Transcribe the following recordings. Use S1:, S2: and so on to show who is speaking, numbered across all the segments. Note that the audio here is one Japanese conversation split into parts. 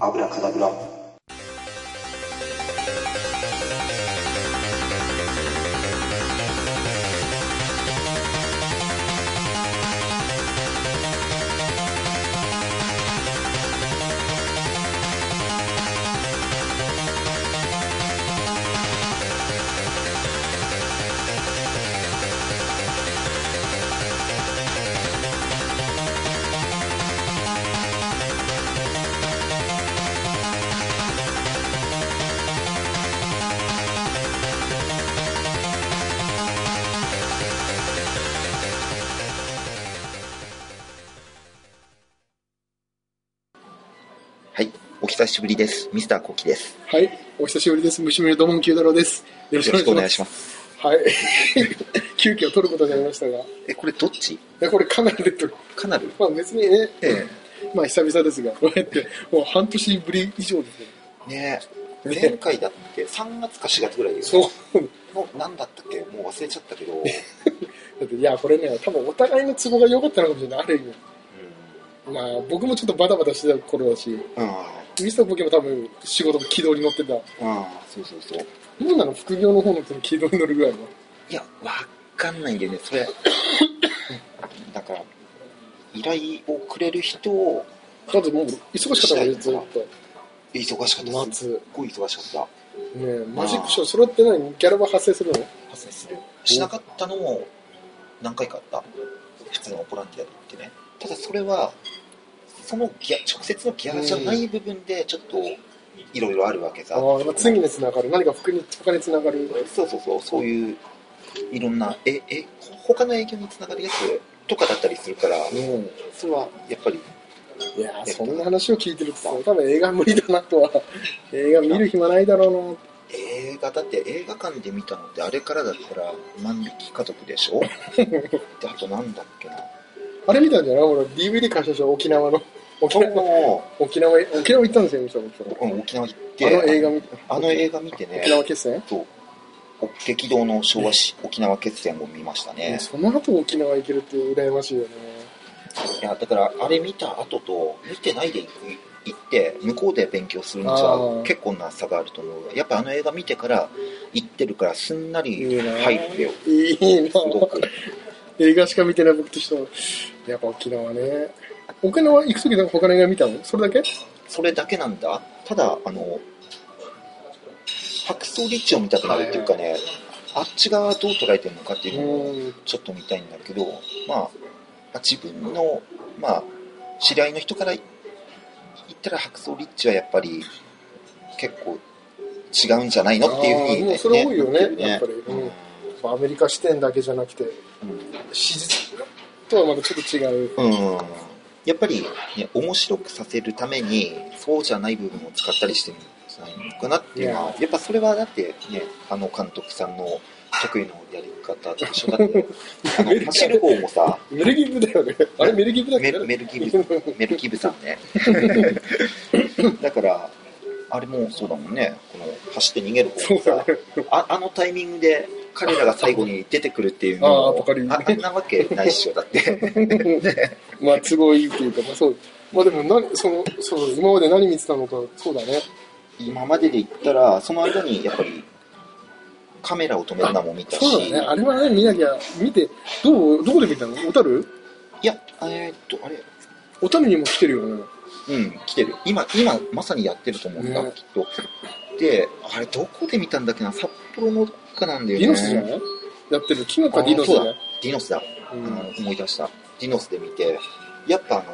S1: アブラカダブラ
S2: はい、お久しぶりです。ミスターコキです。
S3: はい、お久しぶりです。虫目のドモン九太郎です。よ。
S2: よろしくお願いしますす。
S3: はい。 急遽取ることになりましたが、い
S2: え、これどっち
S3: やこれかなりでと、
S2: カナル
S3: まあ別にね、
S2: え
S3: まあ久々ですが、こうやって、もう半年ぶり以上ですね。
S2: え。ねえ。
S3: ね
S2: 前回だって3月か4月ぐらい
S3: そう。
S2: の何だったっけもう忘れちゃったけど、うん、
S3: だって、いや、これね、多分お互いのツボが良かったのかもしれない、ある意味。まあ僕もちょっとバタバタしてた頃だし、
S2: あ
S3: ミスターボケも多分仕事も軌道に乗ってた。
S2: あ、そうそうそう。
S3: どうなの副業の方の軌道に乗るぐらいの。
S2: いや、わかんないんだよね、そ れ。だから、依頼をくれる人を
S3: だってもう忙しかったもんね、ずっと。
S2: 忙しかったです。すっ
S3: 夏。
S2: ごい忙しかった。
S3: ねえマジックショー、それって何ギャラは発生するの
S2: 発生する。しなかったのも何回かあった。普通のボランティアで行ってね。ただそれは、そのギャ直接のギャラじゃない部分で、ちょっといろいろあるわけさ。
S3: ああ、まあ、次につながる。何か服に、他につながる。
S2: そうそうそう、そういういろんな、え、え、他の営業につながるやつとかだったりするから、
S3: うん。
S2: それはやっぱり、
S3: いやー、そんな話を聞いてるとさ、多分映画無理だ なとは。映画見る暇ないだろうな。
S2: 映画だって映画館で見たのってあれからだったら万引き家族で しょであとなんだっけな
S3: あれ見たんじゃない俺、DVD 貸したでしょ、沖縄の。沖縄、
S2: も
S3: 沖縄、沖縄行ったんですよ、ミスターボケさん
S2: う、うん、沖縄行って
S3: あの映画見て、
S2: あの映画見てね
S3: 沖縄決戦、
S2: そうお激動の昭和史沖縄決戦を見ましたね
S3: その後沖縄行けるって羨ましいよね。
S2: いやだからあれ見た後と見てないで行く行って向こうで勉強するのじ
S3: あ
S2: ゃ
S3: ー
S2: 結構な差があると思うやっぱあの映画見てから行ってるからすんなり
S3: いいな
S2: 入ってよ
S3: いいな
S2: すごく
S3: 映画しか見てない僕としては。やっぱ沖縄ね。沖縄行くときなんか他の映画見たのそれだけ
S2: それだけなんだただあの白装リッチを見たくなるっていうかねあっち側どう捉えてるのかっていうのを
S3: うん。
S2: ちょっと見たいんだけど、まあ、まあ自分の、まあ、知り合いの人から言ったら白装リッチはやっぱり結構違うんじゃないのっていうふうに、
S3: あーもうそれ多いよね
S2: 言ってる
S3: やっぱりうん
S2: うん
S3: アメリカ視点だけじゃなくて、史実とはまたちょっと違う。
S2: うんやっぱり、ね、面白くさせるためにそうじゃない部分を使ったりしてるんじゃないのかなっていうのはやっぱそれはだってねあの監督さんの得意のやり方と一緒だ ってあの走る方もさ
S3: メルギブだよね。あれメルギブだっ
S2: メ
S3: け
S2: ルメルギブ
S3: うん
S2: メルキブさんねだからあれもそうだもんねこの走って逃げる方
S3: そ
S2: も
S3: うだ
S2: さ
S3: ね。
S2: ああのタイミングで彼らが最後に出てくるっていうの
S3: あーアポカリ
S2: ああんなわけないっしょだって
S3: まあ、都合いいっていうか、まあそう。まあでも何、その、そう、今まで何見てたのか、そうだね。
S2: 今までで言ったらその間にやっぱりカメラを止めるのも見たし
S3: そうだね。あれはね、見なきゃ、見て、どう、どこで見たの小樽
S2: いやえーっとあれ
S3: 小樽にも来てるよね。
S2: うん来てる今今まさにやってると思うんだ、
S3: ね
S2: きっとであれどこで見たんだっけな札幌のどっかなんだよね
S3: リノスじゃないやってる。キノコはリノスじゃない
S2: ディノスだ
S3: うん
S2: あの思い出したディノスで見てやっぱあの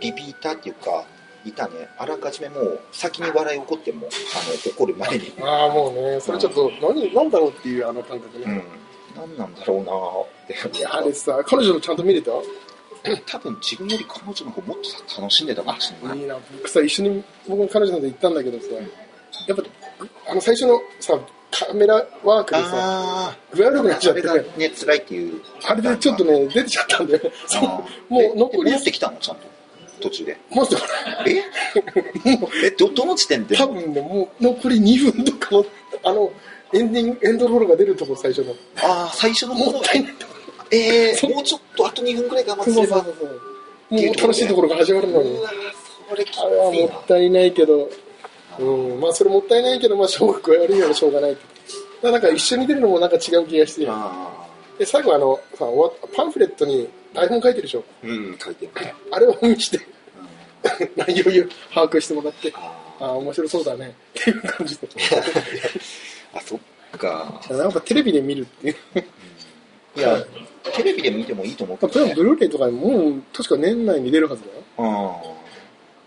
S2: リピーターっていうかいたねあらかじめもう先に笑い起こってんもんあの怒る前に
S3: ああ、もうね、それちょっと、何、なんだろうっていうあの感覚
S2: う
S3: ね。
S2: ん何なんだろうなーって
S3: いや、あれさ、彼女もちゃんと見れた
S2: 多分自分より彼女の方もっと楽しんでたかもしれない
S3: いいな、僕さ、一緒に僕も彼女のと行ったんだけどさ、やっぱ、あの最初のさ、カメラワークでさ、
S2: あ
S3: 具合悪くなっち
S2: ー
S3: ゃ
S2: あ
S3: って
S2: れ、がね辛いっていう
S3: あれでちょっとね、出てちゃったんだよね。そう
S2: あー
S3: も
S2: え
S3: う残り
S2: 戻ってきたのちゃんと途中で
S3: もうさ
S2: ええどどの時点で
S3: 多分ね、もう残り2分とかの、あの、エンディング、エンドロールが出るとこ最初の。
S2: ああ最初の方
S3: もったいない。
S2: え
S3: そ
S2: ー、もうちょっとあと2分くらい我慢
S3: そう
S2: す
S3: そう
S2: れ
S3: そ
S2: ば
S3: うそう。もう楽しいところが始まるのに
S2: う。われきつい
S3: あれはも
S2: な
S3: ったいないけど、うん、まあそれもったいないけど、まあ、しょうがこうやるよりしょうがないって。だからなんか一緒に出るのもなんか違う気がして、
S2: あ
S3: で最後あのさ終わパンフレットに台本書いてるでしょ。
S2: ーうん書いてる、うん
S3: あれを見して、 内容を把握してもらって、
S2: あ
S3: ああ、面白そうだね。っていう感じで。
S2: ーあそっか
S3: なんかテレビで見る っていう。
S2: いやテレビで見てもいいと思うけ
S3: これ
S2: ど、
S3: は
S2: ね
S3: ブルーレイとかにもう確か年内に出るはずだよ。
S2: うん、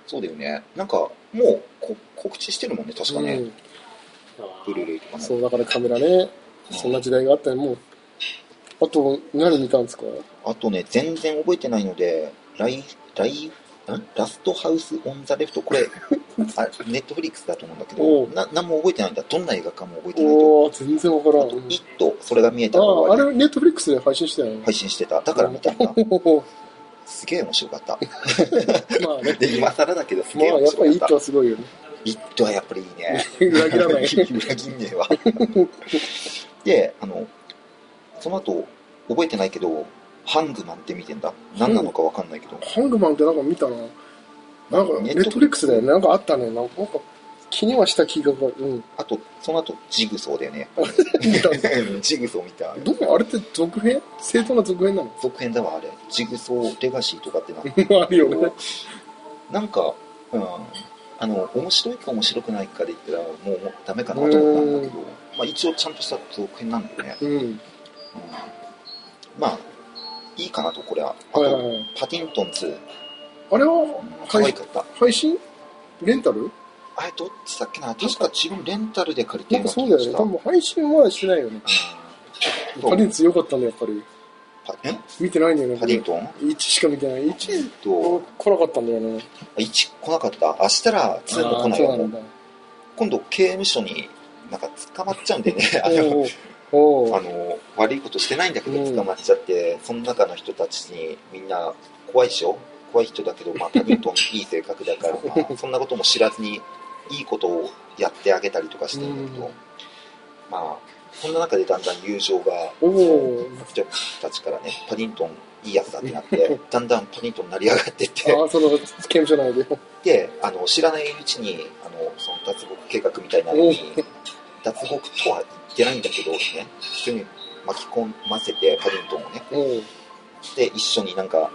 S2: そうだよねなんかもうこ告知してるもんね確かね、
S3: うん
S2: ブルーレイとかね
S3: そうだからカメラね、
S2: うん
S3: そんな時代があったよ、もう。あと、何見たんですか
S2: あとね全然覚えてないのでライライんラストハウス・オン・ザ・レフト これあネットフリックスだと思うんだけ
S3: お
S2: ど
S3: う
S2: な何も覚えてないんだどんな映画かも覚えてないと
S3: おー、全然わから
S2: あ
S3: ん
S2: と。「イット!」それが見えたら
S3: ああ、あ
S2: 終わ
S3: れ、ネットフリックスで配信してたよ
S2: り
S3: ね。
S2: 配信してただから見たんだ
S3: おー
S2: すげえ面白かった
S3: まあね。
S2: で今更だけどす
S3: まあ
S2: げえ、面
S3: やっぱ
S2: 白かっ
S3: りイッ
S2: た
S3: トはすごいよね。
S2: 「イット!」はやっぱりいいね
S3: 裏切らない。
S2: 裏切んねえわであのその後覚えてないけどハングマンって見てんだ何なのかわかんないけど、
S3: ハングマンってなんか見たな。なんか、ネ
S2: ネ
S3: ッ
S2: ット
S3: トフリックスだよね。なんかあったね。なんか、なんか気にはした気がする。うん。
S2: あとその後ジグソーだ よね
S3: 見たんだ。
S2: ジグソーみたい
S3: どうあれって続編正当な続編なの
S2: 続編だわあれジグソーレガシーとかってな
S3: あるよね。
S2: なんか、うん、あの面白いか面白くないかで言ったらもうもうダメかなと思ったんだけど、まあ、一応ちゃんとした続編なんだよね、
S3: うん。
S2: うんまあいいかなとこれはあと、
S3: はいはいはい。
S2: パティントン2
S3: あれは
S2: 可
S3: 配
S2: 愛
S3: 信
S2: かった
S3: 配信レンタル
S2: あれどっちだっけな確か自分レンタルで借りて
S3: なん
S2: る
S3: か
S2: の
S3: そうだよね。多分配信はしてないよね。
S2: うん
S3: パディン強かったね、やっぱり。
S2: パん
S3: 見てないんだよね。
S2: パディントン
S3: 1しか見てない。1
S2: と
S3: 来なかったんだよね。
S2: 1来なかった明日ら2も来ない
S3: あーそう
S2: よ
S3: なんだ。
S2: 今度刑務所になんか捕まっちゃうんでねあの
S3: おーおー
S2: あの悪いことしてないんだけ
S3: う
S2: ど
S3: ん
S2: 捕まっちゃって、その中の人たちにみんな怖いでしょ怖い人だけど、まあ、パディントンいい性格だ から、まあ、そんなことも知らずにいいことをやってあげたりとかしてるんだけど、
S3: うん
S2: まあそんな中でだんだん友情が
S3: おー
S2: 人たちからねパディントンいいやつだってなって だんだんパディントンになり上がってって
S3: ああ、その、刑務所内で。
S2: であの知らないうちにあのその脱獄計画みたいなのに脱獄とは言ってないんだけどね普通に巻き込ませてパディントンをね
S3: うん。
S2: で一緒になんか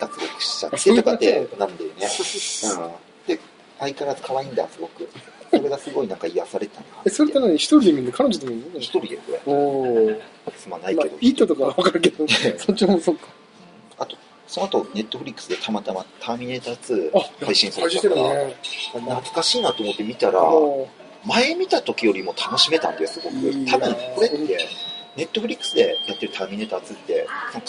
S2: 脱獄しちゃってとかってなんだ よね、うん、で相変わらず可愛いんだすごくそれがすごいなんか癒されたな
S3: え、それって何一人で見るの彼女と見るの
S2: 一人でこれ
S3: おー。
S2: すまない
S3: まあ
S2: けど、
S3: いいととかは分かるけど、そっちもそっか。
S2: あとその後ネットフリックスでたまたま「ターミネーター
S3: あ
S2: 2」配信さ
S3: 配
S2: れ
S3: 信
S2: たか
S3: してる
S2: ら、
S3: ね。あまあ
S2: 懐かしいなと思って見たら
S3: も
S2: 前見た時よりも楽しめたんですごく
S3: いいな
S2: 多分これってネットフリックスでやってる「ターミネーター2」って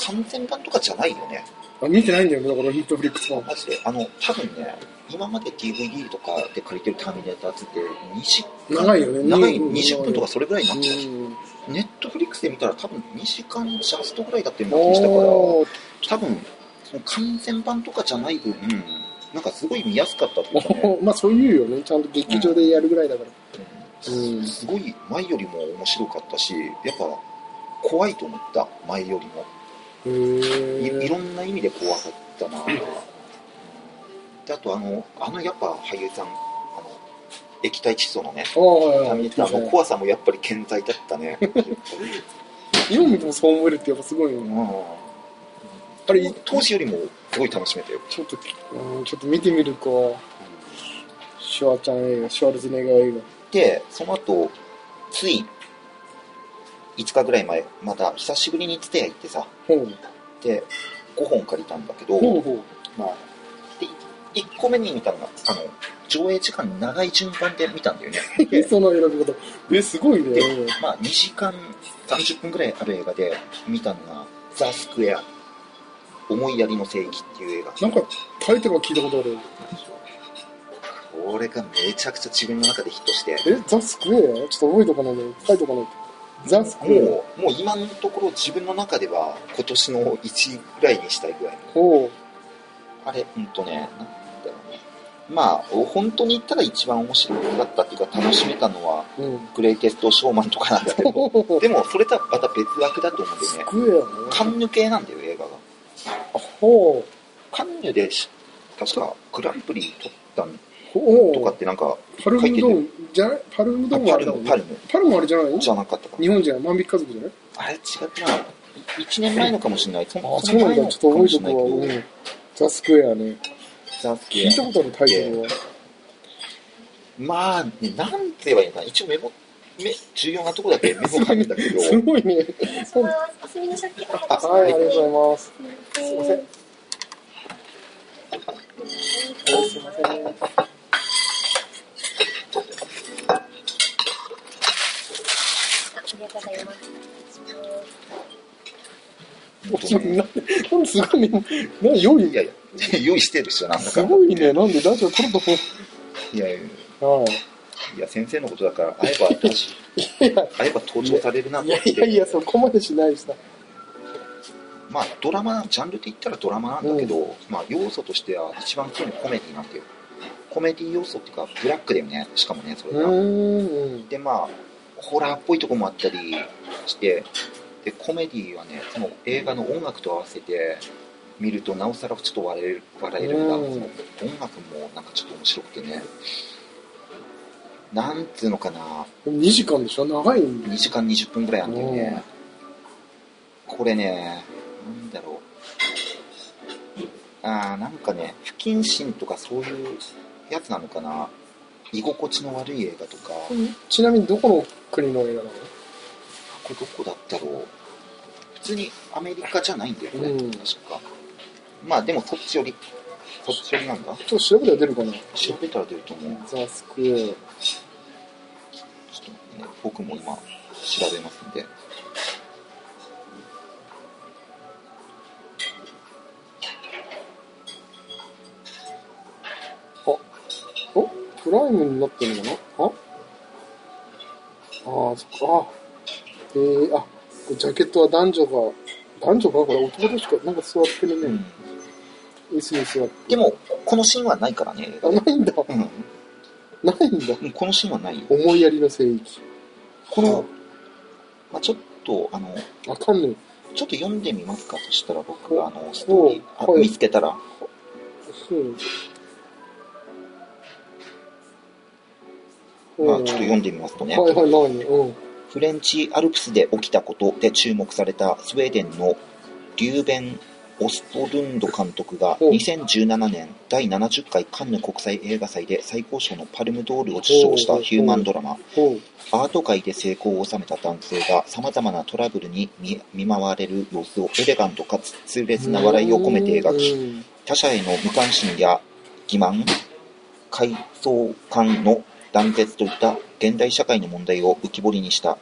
S2: 完全版とかじゃないよね
S3: うあ見てないんだよね、だから、ネットフリックスも。
S2: マジであの多分ね今まで DVD とかで借りてる「ターミネーター2」って20
S3: 長いよね
S2: 長い
S3: うん
S2: 20分とかそれぐらいになっちゃ
S3: うん。
S2: うネットフリックスで見たら多分2時間ジャストぐらいだっていうのをしたから
S3: おー
S2: 多分その完全版とかじゃない分、なんかすごい見やすかったっていうかね、
S3: おまあそう言うよね、ちゃんと劇場でやるぐらいだから。うん
S2: すごい前よりも面白かったしやっぱ怖いと思った前よりも
S3: へ
S2: いい
S3: ー
S2: ろんな意味で怖かったな、であとあのあのやっぱ俳優さんあの液体窒素のね
S3: ああ、はい
S2: あ
S3: はい
S2: の怖さもやっぱり健在だった ね、やっぱり
S3: 今見てもそう思えるってやっぱすごいよ
S2: う
S3: ね。
S2: ん
S3: あれ、
S2: 当時よりもすごい楽しめたよ、
S3: ちょっと、うん、ちょっと見てみるか。シュワちゃん映画、シュワルツェネッガー映
S2: でその後つい5日ぐらい前また久しぶりにツテヤ行ってさ
S3: 画。ほう。
S2: で5本借りたんだけど、
S3: ほうほう。
S2: まあ、で1個目に見たのがあの上映時間長い順番で見たんだよね
S3: え、
S2: で
S3: その選び方。え、すごいね。
S2: まあ2時間30分ぐらいある映画で見たのが「ザ・スクエア思いやりの正義」っていう映画
S3: なんか、タイトルは聞いたことある。
S2: これがめちゃくちゃ自分の中でヒットして
S3: え、ザ・スクエアちょっと覚えとかないね。書いとかないと。ザ・スクエア。
S2: もうもう今のところ自分の中では今年の1位ぐらいにしたいぐらいの
S3: ほう。
S2: あれ、うんとね、なんだろうね。まあ、本当に言ったら一番面白かったっていうか、楽しめたのは、
S3: うん。
S2: グレイテストショーマンとかなんだけど、でもそれとはまた別枠だと思うんだよね
S3: ス。クエアね。
S2: カンヌ系なんだよ、映画が。
S3: ほう。
S2: カンヌでし、確かグランプリ取っったん
S3: お
S2: とか
S3: お
S2: ってなんか
S3: パル
S2: 書い
S3: ム
S2: て
S3: ド
S2: て
S3: ーンじゃないパルムドーンはあれだもんね
S2: あパルムパルム
S3: パルムはあれじゃないの
S2: じゃなかったかな
S3: 日本じゃない万引き家族じゃない
S2: あれ違ったな1年前のかもしれないそ
S3: あそうなんだちょっと覚えとこはうんザ・スクエアね
S2: ザスケ
S3: 聞いたことあるタイトルは
S2: まあ、ね、なんて言えばいいのかな一応メモめ重要なとこだけメモ書いてたけど
S3: すごいね
S1: そうお済みの先あ
S2: あ
S3: はいありがとうございます
S1: す
S3: いませんすいません
S1: ありがとうございます。
S3: なんでなんですごいねなんで用意
S2: いやいや用意してるでしょなんだ
S3: す
S2: か
S3: ごいねなんでラジオ撮るとこ
S2: いやいや
S3: はい
S2: いや先生のことだから会えば会えば盗聴されるなと
S3: い
S2: 思
S3: や
S2: って
S3: いやいや、そこまでしないしな。
S2: まあドラマジャンルで言ったらドラマなんだけど、まあ要素としては一番強いのはコメディなんだよコメディ要素っていうかブラックだよねしかもねそれが、
S3: うん。
S2: でまあホラーっぽいとこもあったりしてでコメディはねその映画の音楽と合わせて見るとなおさらちょっと笑える笑えるんだ、
S3: うん
S2: その音楽もなんかちょっと面白くてねなんつうのかな
S3: 2時間でしょ長いんだ
S2: 2時間20分ぐらいあんだよね、これねなんだろうあーなんかね不謹慎とかそういうやつなのかな居心地の悪い映画とか
S3: ちなみにどこの国の映画なの
S2: これどこだったろう普通にアメリカじゃないんだよね、
S3: うん
S2: 確かまあでもそっちよりそっちよりなんだ
S3: ちょっと調べたら出るかな
S2: 調べたら出ると思う
S3: ザ・スクエ
S2: ちょっと待ってね僕も今調べますんで
S3: ア。おプライムになってるのかなあああ、そっか。あえー、あ、これジャケットは男女が、男女がこれ男でしか、なんか座ってるね。椅子に座って。
S2: でもこのシーンはないからね映
S3: あ、
S2: 画で
S3: ないんだ。
S2: うん
S3: ないんだ。
S2: うんこのシーンはないよ
S3: 思いやりの聖域。
S2: この、まあ、ちょっとあの
S3: あかんねん。
S2: ちょっと読んでみますかそしたら僕があのストーリーあ
S3: はい
S2: 見つけたら
S3: そう。
S2: まあ、ちょっと読んでみますとね、
S3: はいはい、ないね。うん。
S2: フレンチアルプスで起きたことで注目されたスウェーデンのリューベン・オストルンド監督が
S3: お
S2: 2017年第70回カンヌ国際映画祭で最高賞のパルムドールを受賞したヒューマンドラマ
S3: ほう。
S2: アート界で成功を収めた男性がさまざまなトラブルに見見舞われる様子をエレガントかつ痛烈な笑いを込めて描き
S3: うん
S2: 他者への無関心や欺瞞、階層間の断絶といった現代社会の問題を浮き彫りにした、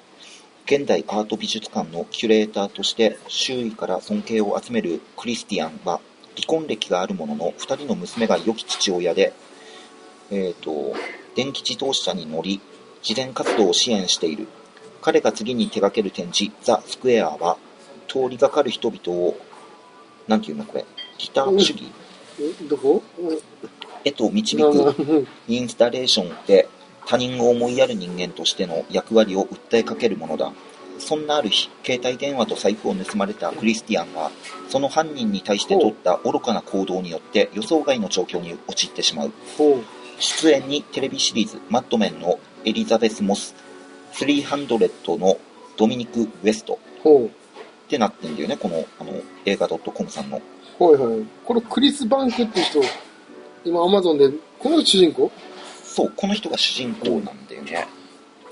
S2: 現代アート美術館のキュレーターとして周囲から尊敬を集めるクリスティアンは、離婚歴があるものの、2人の娘が良き父親で、えーと、電気自動車に乗り、慈善活動を支援している。彼が次に手掛ける展示、ザ・スクエアは、通りがかる人々を、なんていうのこれ、ギター主義、
S3: えどこうん
S2: へと導
S3: なんだ
S2: くインスタレーションで他人を思いやる人間としての役割を訴えかけるものだそんなある日携帯電話と財布を盗まれたクリスティアンはその犯人に対して取った愚かな行動によって予想外の状況に陥ってしまう
S3: ほ
S2: 出演にテレビシリーズ「マッドメン」のエリザベス・モス300のドミニク・ウェスト
S3: う。ほ
S2: ってなってんだよねこのあの映画 .com さんの
S3: う。はいはい。これ、クリス・バンクっていう人、今、アマゾンで、この人主人公
S2: そう、この人が主人公なんだよね。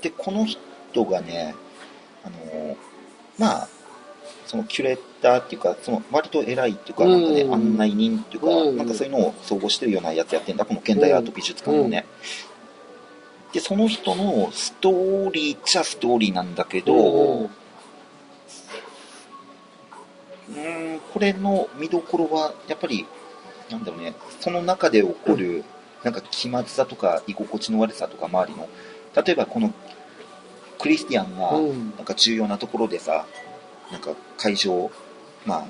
S2: で、この人がね、あのーまあ、そのキュレーターっていうか、その割と偉いっていうか、なんかね、
S3: うん
S2: 案内人っていうか、
S3: うん
S2: なんかそういうのを総合してるようなやつやってんだ、この現代アート美術館のね。で、その人のストーリーっちゃストーリーなんだけど、
S3: うん
S2: うーん、これの見どころは、やっぱり、なんだろうね、その中で起こる、なんか気まずさとか居心地の悪さとか周りの例えばこのクリスティアンが
S3: うん
S2: なんか重要なところでさなんか会場まあ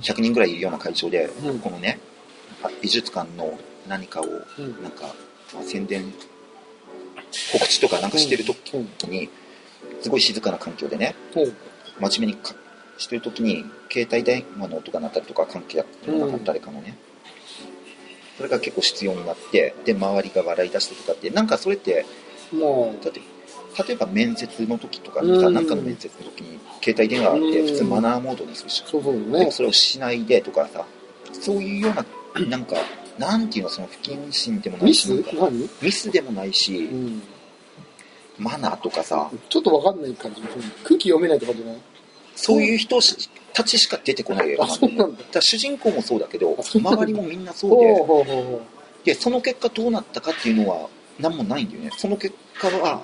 S2: 100人ぐらいいるような会場で、
S3: うん
S2: このねあ美術館の何かを
S3: うん
S2: なんかまあ宣伝告知とかなんかしてる時
S3: うん
S2: にすごい静かな環境でね
S3: ほう。
S2: 真面目にかしてる時に携帯電話の音が鳴ったりとか関係あったりとか
S3: うん
S2: 誰かのね、それが結構必要になってで周りが笑い出してとかってなんかそれって
S3: も
S2: だって例えば面接の時とかにさ
S3: うん
S2: なんかの面接の時に携帯電話って普通
S3: うん
S2: マナーモードにするじゃん
S3: う、そうそう
S2: で
S3: ね
S2: も。それをしないでとかさそういうようななんかなんていうのその不謹慎でもない
S3: ミ
S2: し
S3: ス
S2: なんか
S3: 何
S2: ミスでもないし、
S3: うん。
S2: マナーとかさ
S3: ちょっとわかんない感じ。空気読めないとかじゃない
S2: そういう人たちしか出てこないよ
S3: あ、そうなんだ
S2: だ。から主人公もそうだけど
S3: あそうなんだ
S2: 周りもみんなそう
S3: ほう
S2: で
S3: ほうほうほ
S2: でその結果どうなったかっていうのは何もないんだよねその結果は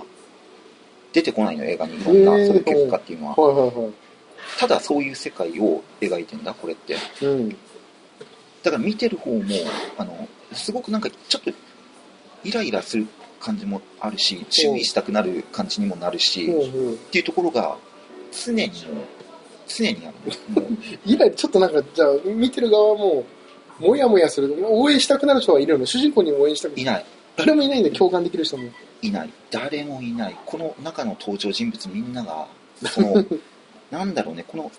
S2: 出てこないの映画にいろんな、
S3: へー
S2: そういう結果っていうのは
S3: う。はいはいは
S2: ただそういう世界を描いてんだこれって
S3: い。うん。
S2: だから見てる方もあのすごくなんかちょっとイライラする感じもあるし注意したくなる感じにもなるし
S3: ほ
S2: っ
S3: うほう。
S2: ていうところが常に常にあ るもう
S3: 以来ちょっとなんか、じゃあ、見てる側も、もやもやする。応援したくなる人はいるよね。主人公に応援したく
S2: いない
S3: 誰もいないんで共感できる人も。
S2: いない誰もいないこの中の登場人物みんな がそのなんだろうねこの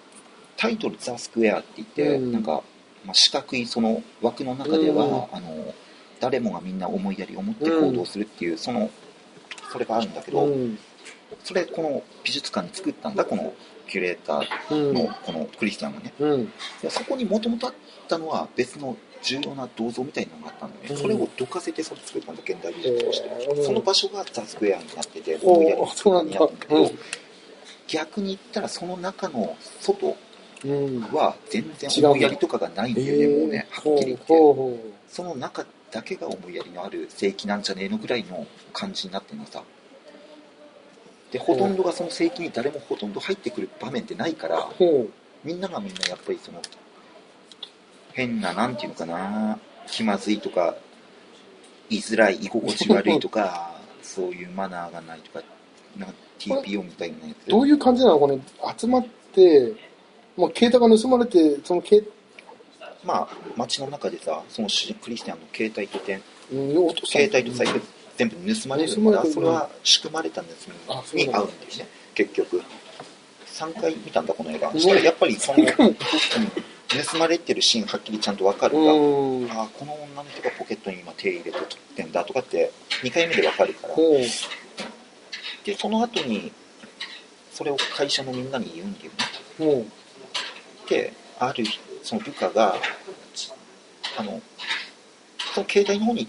S2: タイトル「ザ・スクエア」って言って、
S3: うん
S2: なんか、まあ、四角いその枠の中では、
S3: うん
S2: あの誰もがみんな思いやりを持って行動するっていう、そのそれがあるんだけど、
S3: うん。
S2: それこの美術館に作ったんだこのキュレーター
S3: うん
S2: の。このクリスチャンがね
S3: うん。
S2: でそこにもともとあったのは別の重要な銅像みたいなのがあったんだよね、
S3: うん
S2: それをどかせてそれ作ったんだ現代美術として、
S3: えーうん
S2: その場所がザ・スクエアになってて
S3: お
S2: 思いやり
S3: お、そうなんだ
S2: やったんだけ。ど、
S3: うん
S2: 逆に言ったらその中の外
S3: うん。
S2: は全然思いやりとかがないんだよね、もうねはっきり言って、
S3: ほうほう
S2: その中だけが思いやりのある正規なんじゃねえのぐらいの感じになってるのさでほとんどがその正規に誰もほとんど入ってくる場面ってないから
S3: ほ
S2: みんながみんなやっぱりその変ななんていうのかな気まずいとか居づらい居心地悪いと かそういうマナーがないとかなんか TPO みたいなや
S3: う
S2: つ
S3: どういう感じなのこれ集まって、まあ、携帯が盗まれてその携
S2: まあ街の中でさその主人クリスティアンの携帯とて
S3: うん落とした
S2: 携帯と財布全部盗まれる
S3: 盗
S2: か
S3: まれ
S2: ら
S3: てる
S2: それは仕組まれた盗
S3: あそう
S2: み
S3: なん
S2: に
S3: だ
S2: 合うんですね結局3回見たんだこの映画
S3: うわ
S2: したらやっぱり その
S3: 回も
S2: 盗まれてるシーンはっきりちゃんと分かるから
S3: うん
S2: あーこの女の人がポケットに今手入れて取ってんだとかって2回目で分かるから
S3: ほう
S2: でその後にそれを会社のみんなに言うんだよね
S3: ほ
S2: である日その部下があのその携帯の方に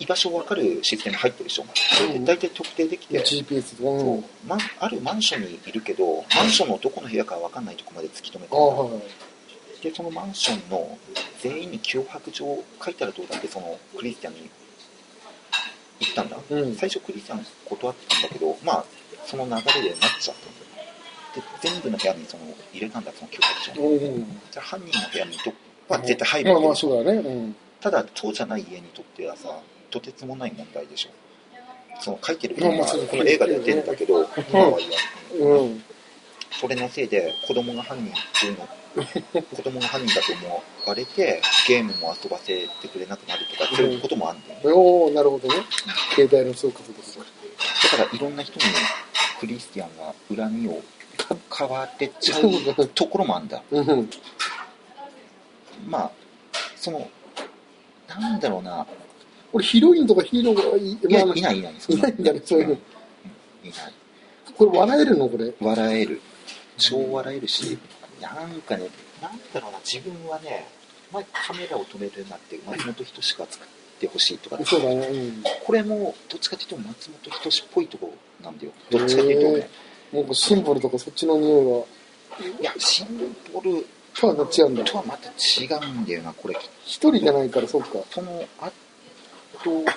S2: 居場所分かるシステム入ってるでしょそれで大体特定でき
S3: う
S2: て
S3: GPS とか
S2: そ
S3: うん
S2: うマンあるマンションにいるけどマンションのどこの部屋か分かんないとこまで突き止めて
S3: ああはい
S2: でそのマンションの全員に脅迫状を書いたらどうだってそのクリスティアンに言ったんだ
S3: はいうん
S2: 最初クリスチャン断ってたんだけどまあその流れでなっちゃったんで全部の部屋にその入れたんだその脅迫状
S3: うんうん
S2: じゃあ犯人の部屋にどっは絶対入る
S3: まあ
S2: わけ
S3: まあ
S2: ですよ
S3: そうだよねうん
S2: ただそうじゃない家にとってはさとてつもない問題でしょその書いてる
S3: まあ
S2: 人
S3: ま
S2: が
S3: あそう
S2: この映画では出るんだけど今は言わない
S3: うん
S2: それのせいで子供が犯人っていう の子供が犯人だと思われてゲームも遊ばせてくれなくなるとかそういうこともあるんだよね
S3: おおなるほどね携帯の総括です
S2: だからいろんな人にクリスティアンが恨みを買われちゃ
S3: そうだ
S2: うところもあんだ。
S3: うん
S2: まあ、その、なんだろうな。
S3: 俺ヒロインとかヒーローがい
S2: いや、
S3: まあ
S2: いないいない。
S3: いないんだねそういうの
S2: うんいない。
S3: これ笑えるのこれ
S2: 笑える。超笑えるし、なんかね、なんだろうな、自分はね、前カメラを止めるなって、松本人志が作ってほしいとか、
S3: そうだねうん
S2: これも、どっちかというと松本人志っぽいとこなんだよ。どっちかというとね。
S3: もうこうシンボルとかそっちの匂いはい
S2: や、シンボル
S3: とはなっちゃうんだ
S2: とはまた違うんだよな、これ。
S3: 一人じゃないからそうか
S2: そのあとどうなのか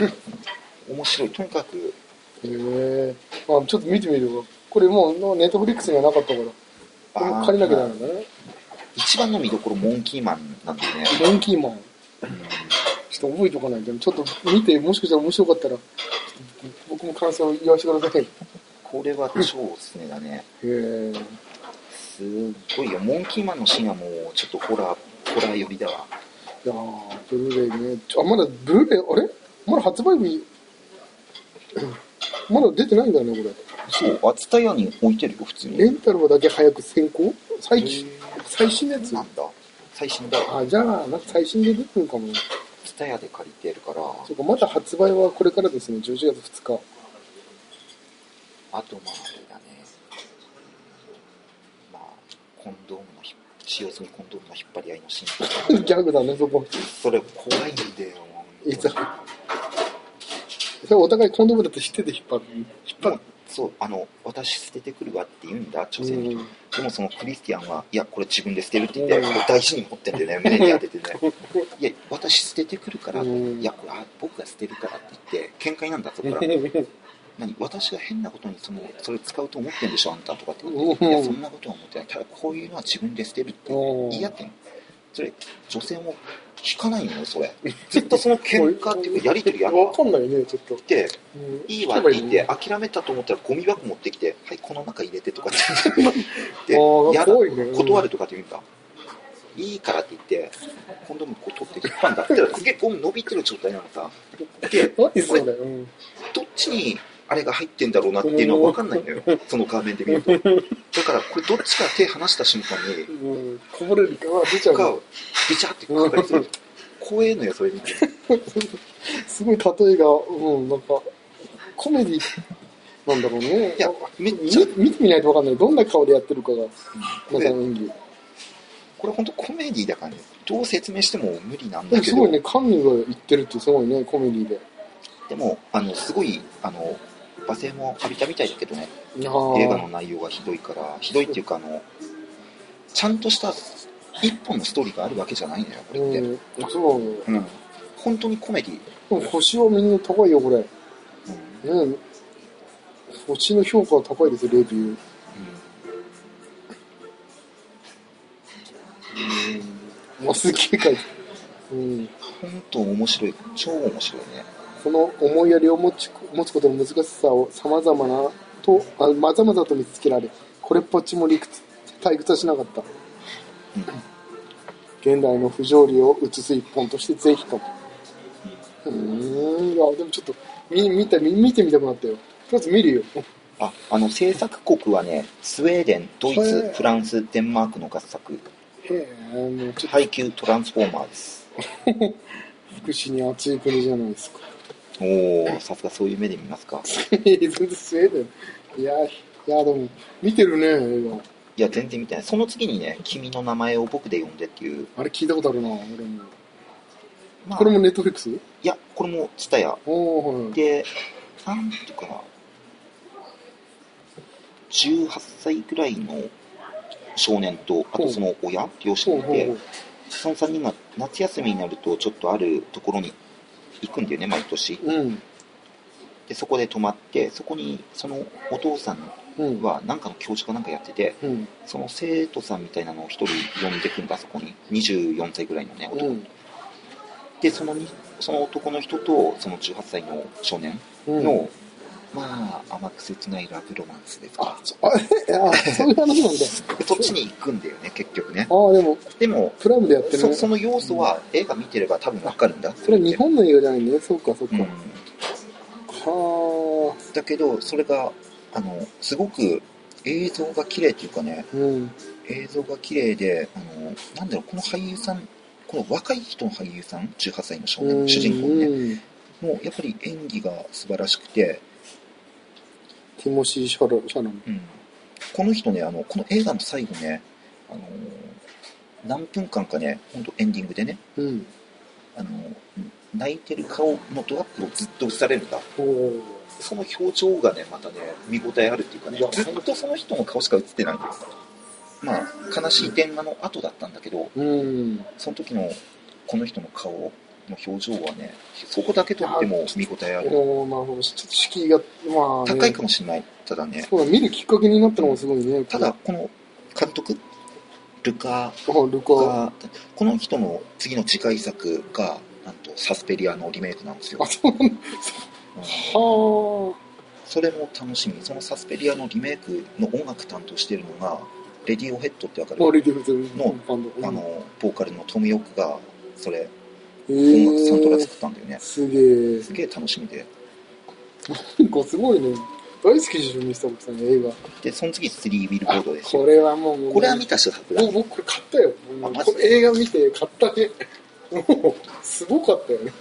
S2: な面白いとにかく
S3: へえあちょっと見てみるわこれもうネットフリックスにはなかったからこれも借りなきゃなら
S2: あー
S3: ないね
S2: 一番の見どころモンキーマンなんだよね
S3: モンキーマンちょっと覚えておかないとちょっと見てもしかしたら面白かったらちょっと僕も感想を言わせてくださいへ
S2: これは超おすすめだね
S3: え
S2: すっごいよモンキーマンのシーンはもうちょっとホラーホラー寄りだわ
S3: いやーブルーレイねあまだブルーレイあれまだ発売日まだ出てないんだよねこ
S2: そうあつたやに置いてるよ普通
S3: れ
S2: に
S3: レンタルはだけ早く先行最
S2: へ
S3: 近
S2: ー
S3: 最新のやつ
S2: なんだ最新だよ
S3: あ、じゃあ、なんか最新で出てるかも。
S2: ツタヤで借りてるから
S3: そうか、まだ発売はこれからですね、11月2日。
S2: あとまああれだねまあコンドームのひ使用済みコンドームの引っ張り合いの進化
S3: ギャグだね、そこ。
S2: それ怖いんだよ
S3: いつそれお互いコンドームだって知ってて引っ張る。引っ張
S2: もうそうあの私捨ててくるわって言うんだ朝鮮の人
S3: うん
S2: でもそのクリスティアンはいやこれ自分で捨てるって言って
S3: うん
S2: これ大事に持ってんだよね胸に当てて ねいや私捨ててくるから
S3: う
S2: い
S3: ん
S2: やこれあ僕が捨てるからって言って喧嘩になんだそこから
S3: る。
S2: 何私が変なことにそのそれ使うと思ってんでしょあんたとかって
S3: うん
S2: いやそんなことは思ってないただこういうのは自分で捨てるって
S3: うん
S2: 言い合ってんのそれ女性も引かないのよそれずっとその喧嘩っていうかやり取りやんの
S3: わかんないね、ちょっと。
S2: で
S3: うん
S2: いいわって言って、諦めたと思ったらゴミ箱持ってきてはいこの中入れてとかっ て言って
S3: あー
S2: やだ
S3: 怖いねうん
S2: 断るとかって言うんだいいからって言って今度もこう取って引っ張んだってすげえゴミ伸びてる状態なのさで
S3: 何それ。うん。
S2: どっちにあれが入ってんだろうなっていうのは分かんない のよ、その画面で見ると。だから、これどっちか手離した瞬間に、
S3: うんこぼれるから出ちゃう
S2: が
S3: の。
S2: ビチャってかかりそうで怖えのよ、それ見て。
S3: すごい例えが、うん、なんか、コメディなんだろうね。
S2: いや、めっ
S3: み
S2: ちゃ、
S3: 見てみないとわかんない。どんな顔でやってるかが、
S2: こ
S3: 皆
S2: れ
S3: さん、の演技。
S2: これ本当コメディだからね、どう説明しても無理なんだ
S3: でも
S2: け
S3: すご
S2: ど、
S3: いね、カンヌが言ってるってすごいね、コメディで。
S2: でも、あの、すごい、あの、罵声も浴びたみたいだけどね、
S3: いや
S2: 映画
S3: ー
S2: の内容がひどいから、ひどいっていうか、あの、ちゃんとした一本のストーリーがあるわけじゃないのよ、これって。
S3: うん、あそうなのよ。
S2: うん。本当にコメディ。
S3: でも星はみんな高いよ、これ。
S2: うん
S3: ね星の評価は高いですよ、レビュー。うわ、すっげえ書いてるうん。
S2: 本当面白い超面白いね
S3: この思いやりを持ち持つことの難しさをさまざまなとあまざまざと見つけられこれっぽっちも理屈退屈はしなかった、現代の不条理を映す一本としてぜひともうーんいやでもちょっと見見た見見てみたくなったよとりあえず見るよ
S2: ああの制作国はねスウェーデンドイ
S3: へ
S2: ツ
S3: え
S2: フランスデンマークの合作
S3: へえもうちょっと
S2: 配給トランスフォーマーです
S3: 福祉に熱い国じゃないですか
S2: おおさすがそういう目で見ますか
S3: 全然スウェーデンいやいやでも見てるね映画
S2: いや全然見てないその次にね「君の名前を僕で呼んで」っていう
S3: あれ聞いたことあるな俺も
S2: まあ
S3: これもネットフリックス
S2: いやこれもツタヤ
S3: おおはい
S2: でなんていうかな18歳ぐらいの少年とあとその親両
S3: ほ
S2: 親
S3: う
S2: で
S3: ほうほう
S2: その3人が夏休みになるとちょっとあるところに行くんだよね毎年
S3: うん。
S2: でそこで泊まってそこにそのお父さん
S3: うん。
S2: は何かの教授かなんかやってて
S3: うん。
S2: その生徒さんみたいなのを1人呼んでくんだそこに24歳ぐらいのね
S3: う
S2: 男
S3: ん。
S2: でそのにその男の人とその18歳の少年
S3: うん。
S2: の、まあ甘く切ないラブロマンスですか
S3: あ、そ、あ、え、あ、そう いう話なんだ。
S2: でそっちに行くんだよね結局ね
S3: ああ、でも、
S2: でも
S3: プライムでやってる
S2: そ
S3: ね。
S2: その要素は映画見てれば多分わかるんだ
S3: それ日本の映画じゃないんだね。そうか、そうか。
S2: う
S3: は
S2: ん
S3: あ。
S2: だけどそれがあのすごく映像が綺麗っていうかね
S3: うん。
S2: 映像が綺麗であのなんだろうこの俳優さんこの若い人の俳優さん18歳の少年、
S3: うん
S2: 主人公ね
S3: うん
S2: もうやっぱり演技が素晴らしくて、
S3: ティモシー・シャロシャロン。
S2: うんこの人ねあのこの映画の最後ねあの何分間かね本当エンディングでね
S3: うん。
S2: あの泣いてる顔のドアップをずっと映されるんだ
S3: おお。
S2: その表情がねまたね見応えあるっていうかね
S3: いや
S2: ずっとその人の顔しか映ってないんですまあ悲しい点画の後だったんだけど
S3: うん。い
S2: その時のこの人の顔の表情はねそこだけとっても見応えあ
S3: やーなる
S2: る
S3: ほど。ちょっと敷居が、まあ、ね。
S2: 高いかもしれないただね
S3: そうだ、見るきっかけになったのもすごいね。
S2: ただ、この監督ルカ
S3: あ、ルカ。
S2: がこの人の次の次回作がなんとサスペリアのリメイクなんですよ
S3: あ、、そうなんだ。
S2: うん
S3: は
S2: それも楽しみそのサスペリアのリメイクの音楽担当してるのがレディオヘッドってわかる
S3: あ。あ、レディフルズ
S2: の
S3: バンド。
S2: あ
S3: うん、
S2: のボーカルのトム・ヨークがそれ
S3: え
S2: 音楽サントラ
S3: ー、
S2: 作ったんだよね、
S3: すげえ。
S2: すげえ楽しみです
S3: ごいすごいね。大好きでしょ、ミスター・ボクさんの映画。
S2: で、その次3ビルボ
S3: あ
S2: ードです
S3: こ
S2: よ。
S3: れはもう、
S2: これは見た人だ
S3: もう僕これ買ったよ。
S2: あマジ
S3: これ映画見て買ったね。もう、すごかったよね。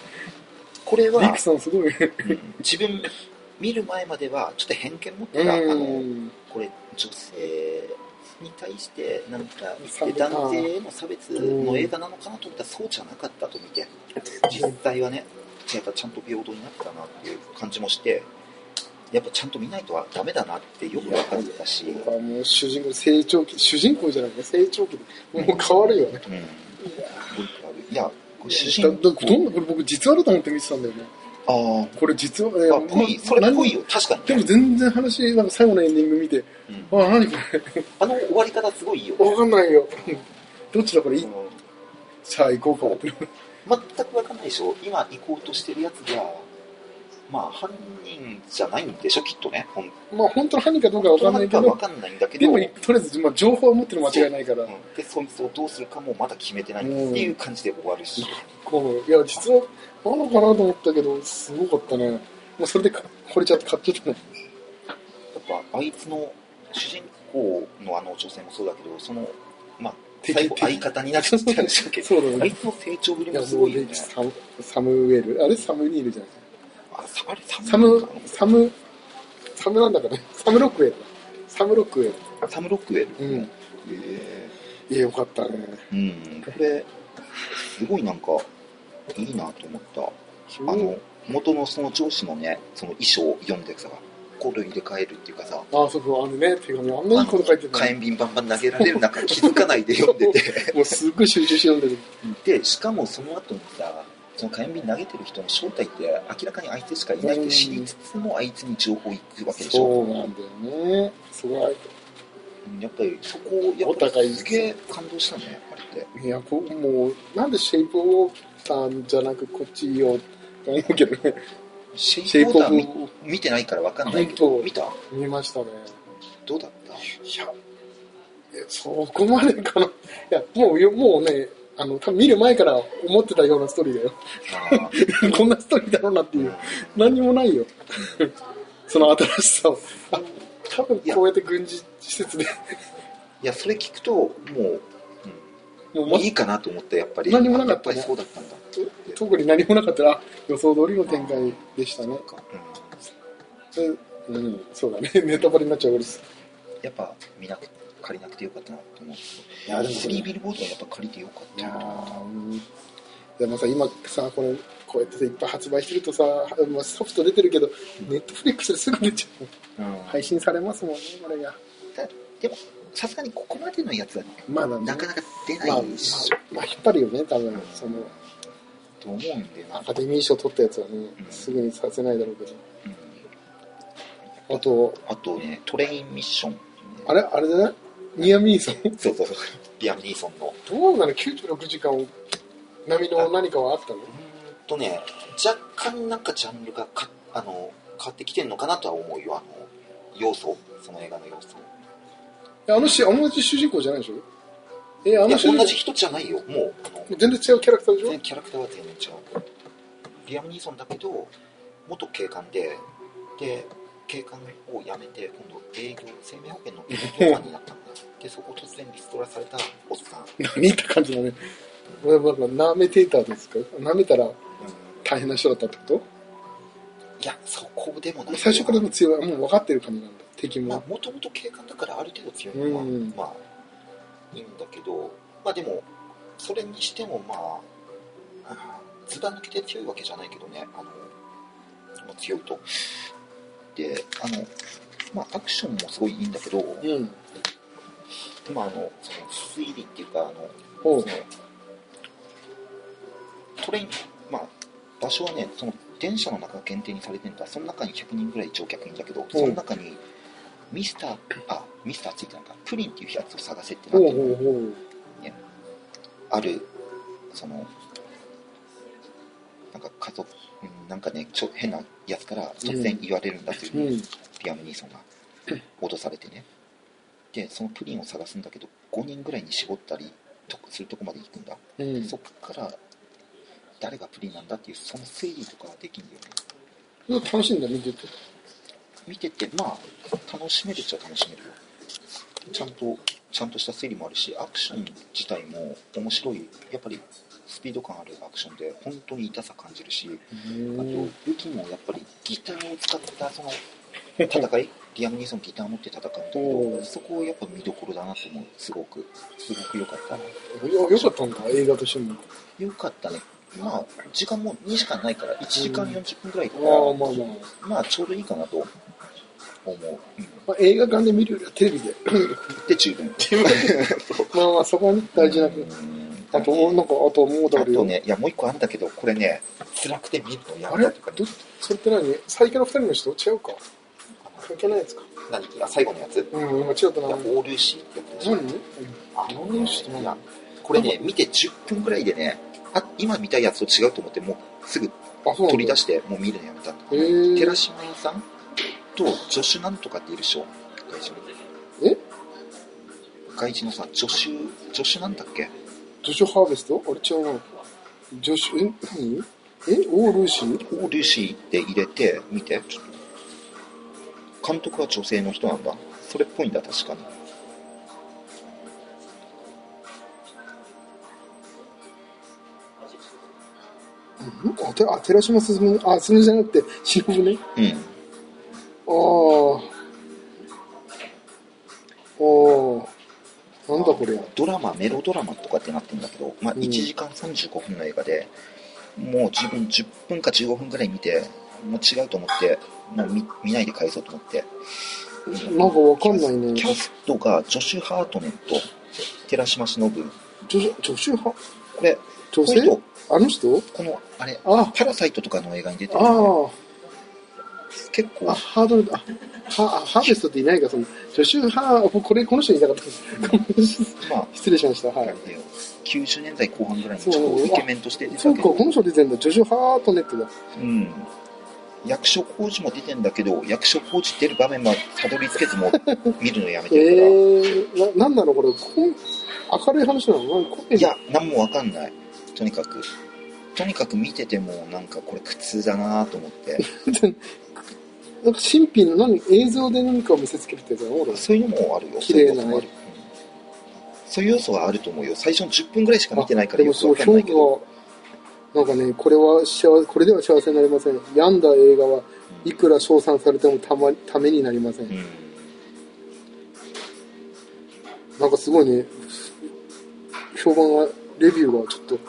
S2: これ
S3: リ
S2: は
S3: ク、さんすごいね。
S2: うん自分、見る前まではちょっと偏見持ってた、あの、
S3: ん。
S2: これ女性に対してなんかで男性への差別の映画なのかなと思ったらそうじゃなかったと見て実際はねやっぱちゃんと平等になってたなっていう感じもしてやっぱちゃんと見ないとはダメだなってよく分かったし、うん、
S3: もう主人公、成長期、主人公じゃないね、成長期で。もう変わるよね。
S2: いや主
S3: だ
S2: 人
S3: だどんどんこれ僕実話だと思って見てたんだよね。
S2: あー
S3: これ実話、
S2: あぽいそれっぽい
S3: よ。
S2: よ確かに
S3: でも全然話、なんか最後のエンディング見て、
S2: うん
S3: あ、何こ
S2: あの終わり方すごいいいよ
S3: れ、わかんないよ。どっちだこれ、
S2: う
S3: い
S2: ん
S3: さあ行こうかって。
S2: 全く分かんないでしょ今行こうとしてるやつがまあ犯人じゃないんでしょきっとね本
S3: まあ本当の犯人かどうかわかんないけ
S2: か分
S3: ど、
S2: かんないんだけ
S3: で
S2: ど
S3: もとりあえず、まあ、情報を持ってるの間違いないから
S2: う、んでそいつをどうするかもまだ決めてないっていう感じで終わるし、
S3: こう、いや、実は、なのかなと思ったけど、すごかったね。もうそれでか、これちゃって買っちゃったね。
S2: やっぱあいつの主人公のあの女性もそうだけどそのまあ
S3: 敵
S2: 最後相方になっちゃったんでしょうけど
S3: そうだ
S2: あ
S3: ね
S2: い。つの成長ぶり
S3: いや、
S2: もす
S3: も
S2: ご
S3: う
S2: いよね
S3: でサム、サムウェル。あれサムニールじゃない
S2: あサム
S3: サム、サム、サムなんだか ね。サムロックウェルだ。サムロックウェ
S2: サムロックウェ
S3: ル。
S2: ル、
S3: うん。
S2: へえ
S3: いや、よかったね。
S2: うんこれすごいなんかいいなと思ったあの元のその上司のねその衣装を読んでさこれ入れ替えるっていうかさ
S3: あ、そうそう、あのね、手紙、あんなにいいこと書いて
S2: 火
S3: た
S2: 炎瓶バンバン投げられる中気づかないで読んでて
S3: もうすっごい集中して読んでる。
S2: でしかもその後にさその火炎瓶投げてる人の正体って明らかにあいつしかいないって知りつつもあいつに情報行くわけでし
S3: そうな
S2: ょ
S3: んだよね。すごい。
S2: やっぱりそこをやっぱ
S3: お互
S2: り
S3: い
S2: すげえ感動したねあれって
S3: いや、こうもう、なんでシェイプウォーターじゃなくこっちよ、と思うけどね。
S2: シ
S3: シ
S2: ェ
S3: ェ
S2: イク
S3: イプ
S2: ウ
S3: ウ
S2: ォ
S3: ォ
S2: ー
S3: ー
S2: タ
S3: ター
S2: ー見見てないから分かんないけど
S3: 本当
S2: 見た
S3: 見ましたね。
S2: どうだった
S3: いや、いやそこまでかな。いや、もうよ、もうね、あの、多分見る前から思ってたようなストーリーだよ。
S2: あ ー
S3: こんなストーリーだろうなっていう。何もないよ。 その新しさを。あ、多分こうやって軍事施設で、
S2: いやそれ聞くともう、うん
S3: もう
S2: も
S3: ま
S2: ういいかなと思ったやっぱり
S3: 何もなかった
S2: やっぱりそうだったんだ
S3: 特に何もなかったら、予想通りの展開でしたね。
S2: うん
S3: でうん、そうだね。ネタバレになっちゃう俺です。
S2: やっぱ見なく借りなくてよかったなと思うい
S3: いやでも
S2: スリービルボードはやっぱ借りてよかった
S3: いや
S2: な
S3: ーうんでもさ今さこのこうやってさいっぱい発売してるとさ、まあ、ソフト出てるけどネットフリックスですぐ出ちゃう
S2: うん
S3: 配信されますもんねこれが
S2: でもさすがにここまでのやつは
S3: まだね
S2: なかなか出
S3: まあ、まあ
S2: ないし
S3: まあ、引っ張るよね多分その
S2: と思うんでな
S3: アカデミー賞取ったやつは
S2: う
S3: ね
S2: ん
S3: すぐにさせないだろうけど
S2: うん
S3: あと
S2: あとねトレインミッション
S3: あれあれだねニアミー さん
S2: そうそうそうリアム・ニーソンのう
S3: どうなの96時間並みの何かはあったの
S2: ーんとね若干なんかジャンルがかあの変わってきてんのかなとは思うよあの要素その映画の要素
S3: いやあのし同じ主人公じゃないでしょえあ
S2: い
S3: の
S2: や
S3: 主人
S2: 同
S3: 公
S2: じ人じゃないよもうあの
S3: 全然違うキャラクターでし
S2: 全
S3: ょ
S2: 然キャラクターは全然違うリアム・ニーソンだけど元警官でで警官を辞めて今度営業生命保険の営業マンになったんだでそこを突然リストラされたおっさん、うん
S3: 何って感じだね。まあまあまあ、舐めていたんですか舐めたら大変な人だったってこ
S2: いやそこでもな
S3: と
S2: い
S3: 最初からもう強い。もう分かってる感じなんだ。敵
S2: まあ
S3: も。
S2: もともと警官だからある程度強いのは、
S3: うん
S2: まあいいんだけどまあでもそれにしてもまああーずば抜けて強いわけじゃないけどねあの、まあ、強いとであのまあアクションもすごいいいんだけど、
S3: うん。
S2: まああのその推理っていうかあの
S3: おう
S2: そのトレインまあ場所はねその電車の中が限定にされてんだその中に100人ぐらい乗客いるんだけどその中にミスターあミスターついてなんかプリンっていうやつを探せってな
S3: ほ
S2: っ
S3: う
S2: て
S3: ほう
S2: る
S3: ほう。
S2: あるそのなんか家族うんなんかねちょ変なやつから突然言われるんだっていうう、
S3: ん。
S2: リアム・ニーソンが脅されてねでそのプリンを探すんだけど5人ぐらいに絞ったりとするとこまで行くんだ
S3: うん。
S2: そっから誰がプリンなんだっていうその推理とかはできんよね
S3: 楽しいんだ、見てて。
S2: 見ててまあ楽しめるっちゃ楽しめるよちゃんとちゃんとした推理もあるしアクション自体も面白いやっぱりスピード感あるアクションで本当に痛さ感じるしあと
S3: うん
S2: 武器もやっぱりギターを使ったその戦いリアム・ニーソンギター持って戦うんだけ
S3: お
S2: ど
S3: う
S2: そこをやっぱ見どころだなと思うすごくすごく良かった
S3: よよかったんだ映画としても
S2: 良かったねまあ時間も2時間ないから1時間40分ぐらいだから、
S3: ああまあまあ、
S2: まあちょうどいいかなと思う、うん、
S3: まあ、映画館で見るよりはテレビ で
S2: で十分
S3: まあまあそこはね大事なく
S2: うん
S3: あともうなんかあともう
S2: あ
S3: だから
S2: と
S3: よ、
S2: ねいやもう一個あるんだけどこれね辛くて見るのや
S3: あ
S2: め
S3: れ
S2: たとか
S3: どそれって何最強の二人の人違うか関係ないやつか
S2: 何あ最後のやつい
S3: うん間違ったな
S2: や
S3: 何
S2: オールシーってやつでしょあ
S3: オールシーって何
S2: いやこれね見て10分ぐらいでねあ今見たいやつと違うと思ってもうすぐ
S3: あそうなんだ
S2: 取り出してもう見るのやめた
S3: へー
S2: 寺島屋さんと助手なんとかっているでしょ外人
S3: え
S2: 外人のさ助手助手なんだっけ
S3: ジョシュ・ハーベストあれ違うなジョシュえ何えオールシー
S2: オールシーって入れて見てちょっと監督は女性の人なんだそれっぽいんだ確かに
S3: うんあてあ寺島進あ進じゃなくて忍ね
S2: うん
S3: ああああなんだこれ
S2: ドラマメロドラマとかってなってるんだけど、まあ、
S3: うん
S2: 1時間35分の映画で、もう自分10分か15分ぐらい見てもう違うと思ってもう見見ないで返そうと思って
S3: なんかわかんないね
S2: キ
S3: ジ
S2: ャ
S3: ョ
S2: ストがジョシュ・ハートネンと寺島しのぶ
S3: シュジョシュハ
S2: これこ
S3: 女
S2: の
S3: 性
S2: 人
S3: あの人
S2: このあれ
S3: あ
S2: パラサイトとかの映画に出て
S3: あ
S2: るよね
S3: あ
S2: 結構
S3: あ、ハードル、あ、ハハーベストっていないか、その、助手ハー、これ、この人いなかった。
S2: まあ
S3: 失礼しました。はい。
S2: 90年代後半ぐらいに
S3: そう
S2: ちょっとイケメンとして出
S3: そ
S2: た
S3: う
S2: け
S3: か、
S2: ど
S3: この人出てんだ。助手ハートネットだ。
S2: うん、役所工事も出てんだけど役所工事出る場面はたどり着けずも う見るのやめ
S3: え
S2: てるから、
S3: ー、な、なんなのこれ、こん明るい話なのなんかこれ
S2: いや何もわかんないとにかくとにかく見ててもなんかこれ苦痛だなと思って
S3: なんか神秘の何、映像で何かを見せつけるってやつだな、俺。
S2: そういうのもあるよ
S3: 綺麗な
S2: そういうの
S3: ね
S2: もあるうんそういう要素はあると思うよ最初の10分ぐらいしか見てないから
S3: で
S2: よ
S3: も
S2: く
S3: そ
S2: わ
S3: う、
S2: かんないけ
S3: 評
S2: ど
S3: 価が、なんかね、これは幸せ、これでは幸せになりません。病んだ映画はいくら称賛されてもたま、ためになりません
S2: う。ん
S3: なんかすごいね、評判が、レビューがちょっと、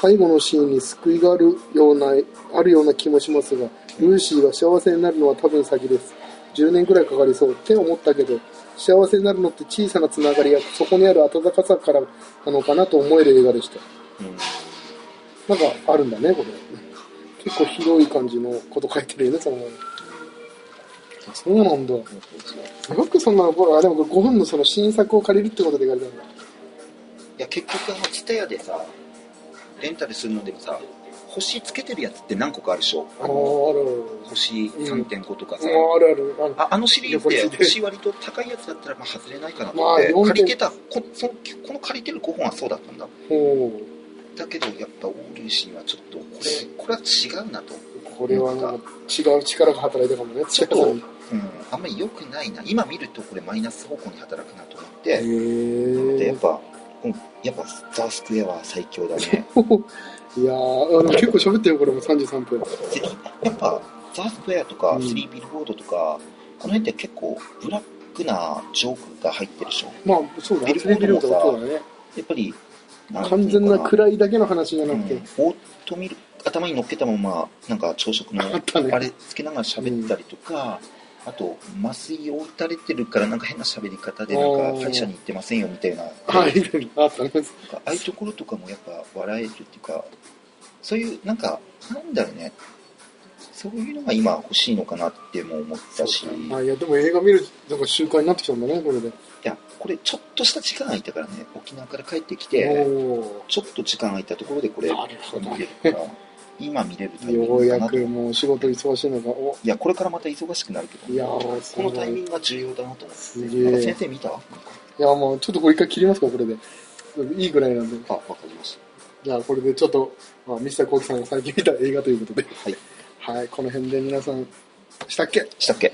S3: 最後のシーンに救いがあるような、あるような気もしますが、ルーシーが幸せになるのは多分先です。10年くらいかかりそうって思ったけど、幸せになるのって小さなつながりや、そこにある温かさからなのかなと思える映画でした。
S2: うん
S3: なんかあるんだね、これ。結構広い感じのこと書いてるよね、その。そうなんだ。よくそんな、ほら、でも5分のその新作を借りるってことで言われたんだ。
S2: いや結局あの TSUTAYA でさレンタルするのでもさ星つけてるやつって何個かあるでしょ
S3: あ
S2: あの
S3: るある
S2: 星3.5とかさ、
S3: ああるあるある
S2: ああのシリーズ
S3: いや
S2: で
S3: これす
S2: 星
S3: げえ
S2: 割と高いやつだったらまあ外れないかなと
S3: ま
S2: 思
S3: あ
S2: って、
S3: 4
S2: 借りてたこそのこの借りてる5本はそうだったんだ
S3: ほ
S2: だけどやっぱオールーシーはちょっとこれこれは違うなと、
S3: うこれはなんか違う力が働いたかもね
S2: ちょっと
S3: 力が
S2: うん、あんまり良くないな今見るとこれマイナス方向に働くなと思っ
S3: へ
S2: て、でやっ
S3: え
S2: ぱ、うん、やっぱザ・スクエアは最強だね
S3: いやーあでも結構喋ってるよこれも33分
S2: でやっぱザ・スクエアとか
S3: うん
S2: スリービルボードとか、この辺って結構ブラックなジョークが入ってるでしょ
S3: まあそうだね
S2: ビル
S3: テレビ量とか
S2: ボ
S3: そ
S2: ード
S3: うだね
S2: やっぱりんていう
S3: 完
S2: のか
S3: 全な暗いだけの話じゃなくて、
S2: うんオートミル頭に乗っけたままなんか朝食の
S3: あったね
S2: あれつけながら喋ったりとか、あと麻酔を打たれてるからなんか変な喋り方でなん
S3: あ
S2: か
S3: ー
S2: 歯医者に行ってませんよみたいななんか
S3: はいあったね
S2: ああいうところとかもやっぱ笑えるっていうかそういうなんかなんだろうねそういうのが今欲しいのかなっても思ったし、
S3: あいやでも映画見るなんか習慣になってきたんだねこれで、
S2: いやこれちょっとした時間空いたからね沖縄から帰ってきて
S3: お
S2: ちょっと時間空いたところでこれ
S3: なるほど
S2: 見れるから今見れるタイ
S3: ー
S2: ミン
S3: よ
S2: グ
S3: う
S2: か
S3: や
S2: なと
S3: くもう仕事忙しいのがお
S2: いや、これからまた忙しくなるけど、
S3: いやーす
S2: こ
S3: ごい
S2: のタイミングが重要だなと思って。
S3: す
S2: なんか
S3: げえ
S2: 先生見たあ、
S3: いやもうちょっとこれ一回切りますかこれでいいぐらいなんで
S2: わかりまし
S3: じゃあこれでちょっと、まあ、ミスターコーキさんが最近見た映画ということで、
S2: はい
S3: はい、この辺で皆さんしたっけ
S2: したっけ